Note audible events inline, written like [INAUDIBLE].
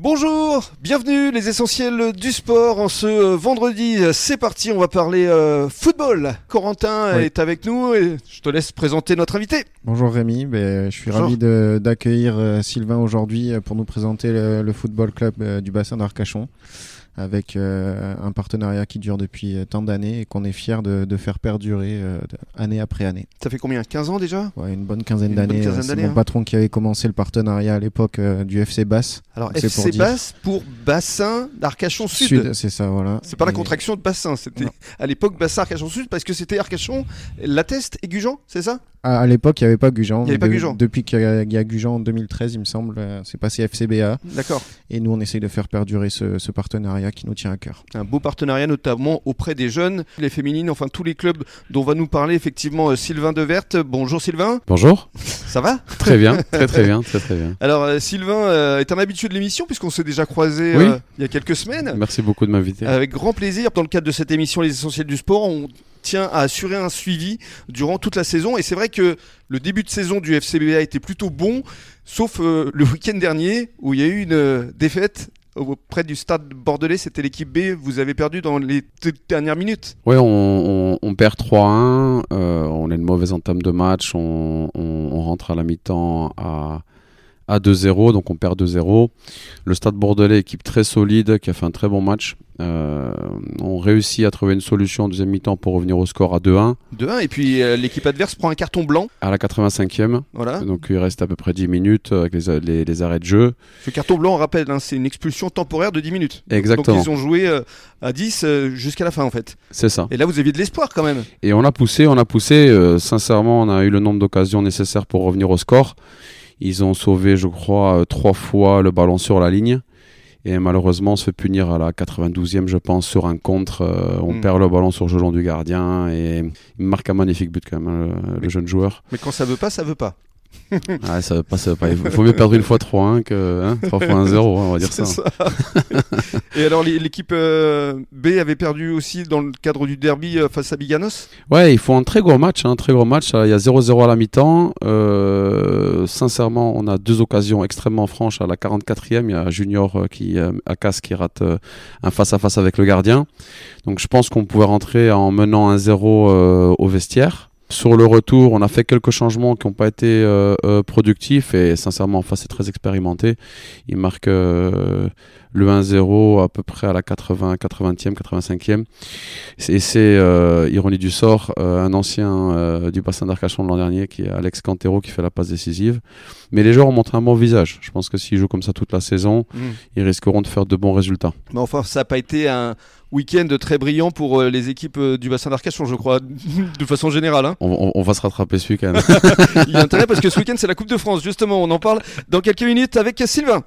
Bonjour, bienvenue les essentiels du sport en ce euh, vendredi. C'est parti, on va parler euh, football. Corentin Oui. est avec nous et je te laisse présenter notre invité. Bonjour Rémi, ben, je suis Bonjour. ravi de- d'accueillir euh, Sylvain aujourd'hui euh, pour nous présenter le, le football club euh, du bassin d'Arcachon avec euh, un partenariat qui dure depuis euh, tant d'années et qu'on est fier de, de faire perdurer euh, de- année après année. Ça fait combien 15 ans déjà Ouais, une bonne Une quinzaine bonne d'années. quinzaine euh, C'est d'années, mon hein. patron qui avait commencé le partenariat à l'époque euh, du FC Basse Alors C'est FC pour dire. Basse pour Bassin d'Arcachon Sud. c'est ça, voilà. C'est pas la Et- contraction de bassin, c'était Non. à l'époque bassin Arcachon Sud parce que c'était Arcachon, La Teste et Gujan, c'est ça À, à l'époque, il n'y avait pas Gujan. Il y avait pas De- Gujan. Depuis qu'il y a, il y a Gujan en 2013, il me semble, euh, c'est passé FCBA. D'accord. Et nous, on essaye de faire perdurer ce- ce partenariat qui nous tient à cœur. Un beau partenariat notamment auprès des jeunes, les féminines, enfin tous les clubs dont va nous parler effectivement euh, Sylvain Deverte. Bonjour Sylvain, Bonjour. ça va Très bien, très très bien, très très bien. Alors euh, Sylvain euh, est un habitué de l'émission puisqu'on s'est déjà croisé euh, Oui. il y a quelques semaines. Merci beaucoup de m'inviter. Avec grand plaisir, dans le cadre de cette émission Les Essentiels du Sport, on tient à assurer un suivi durant toute la saison. Et c'est vrai que le début de saison du FCBA était plutôt bon, sauf euh, le week-end dernier où il y a eu une euh, défaite auprès du stade bordelais. C'était l'équipe B, vous avez perdu dans les toutes dernières minutes. Ouais, on, on- on perd 3-1, euh, on a une mauvaise entame de match, on, on- on rentre à la mi-temps à, à 2-0, donc on perd 2-0. Le Stade Bordelais, équipe très solide, qui a fait un très bon match. Euh, on réussit à trouver une solution en deuxième mi-temps pour revenir au score à 2-1 De 1, et puis euh, l'équipe adverse prend un carton blanc. à la 85e. Voilà. Donc il reste à peu près 10 minutes euh, avec les, les- les arrêts de jeu. Ce carton blanc, on rappelle, hein, c'est une expulsion temporaire de 10 minutes. Exactement, Donc ils ont joué euh, à 10 euh, jusqu'à la fin en fait. c'est ça. Et là vous aviez de l'espoir quand même. Et on a poussé, on a poussé. euh, sincèrement, on a eu le nombre d'occasions nécessaires pour revenir au score. Ils ont sauvé, je crois, euh, trois fois le ballon sur la ligne. Et malheureusement, on se fait punir à la 92e, je pense, sur un contre. euh, on Mm. perd le ballon sur le gelon du gardien. Et il marque un magnifique but, quand même, hein, le, le jeune joueur. Mais quand ça veut pas, ça veut pas. Ah, ça va pas, ça va pas. Il faut mieux perdre une fois 3-1 que hein, 3 fois 1-0, hein, on va dire C'est ça. hein. ça. [LAUGHS] Et alors l'é- l'équipe euh, B avait perdu aussi dans le cadre du derby euh, face à Biganos. Ouais, ils font un très gros match, hein, un très gros match. Il y a 0-0 à la mi-temps. Euh, sincèrement, on a deux occasions extrêmement franches à la 44e. Il y a Junior euh, qui euh, Akas qui rate euh, un face-à-face avec le gardien. Donc je pense qu'on pouvait rentrer en menant 1-0 euh, au vestiaire. Sur le retour, on a fait quelques changements qui n'ont pas été euh, euh, productifs et sincèrement, face c'est très expérimenté. Il marque euh, le 1-0 à peu près à la 80, 80e, 85e. Et c'est, euh, ironie du sort, euh, un ancien euh, du bassin d'Arcachon de l'an dernier, qui est Alex Cantero, qui fait la passe décisive. Mais les joueurs ont montré un bon visage. Je pense que s'ils jouent comme ça toute la saison, ils risqueront de faire de bons résultats. Mais enfin ça n'a pas été un week-end très brillant pour euh, les équipes euh, du bassin d'Arcachon, je crois, [LAUGHS] de façon générale. hein. On, on- on va se rattraper dessus quand même. Il y a intérêt parce que ce week-end c'est la Coupe de France. Justement, on en parle dans quelques minutes avec Sylvain.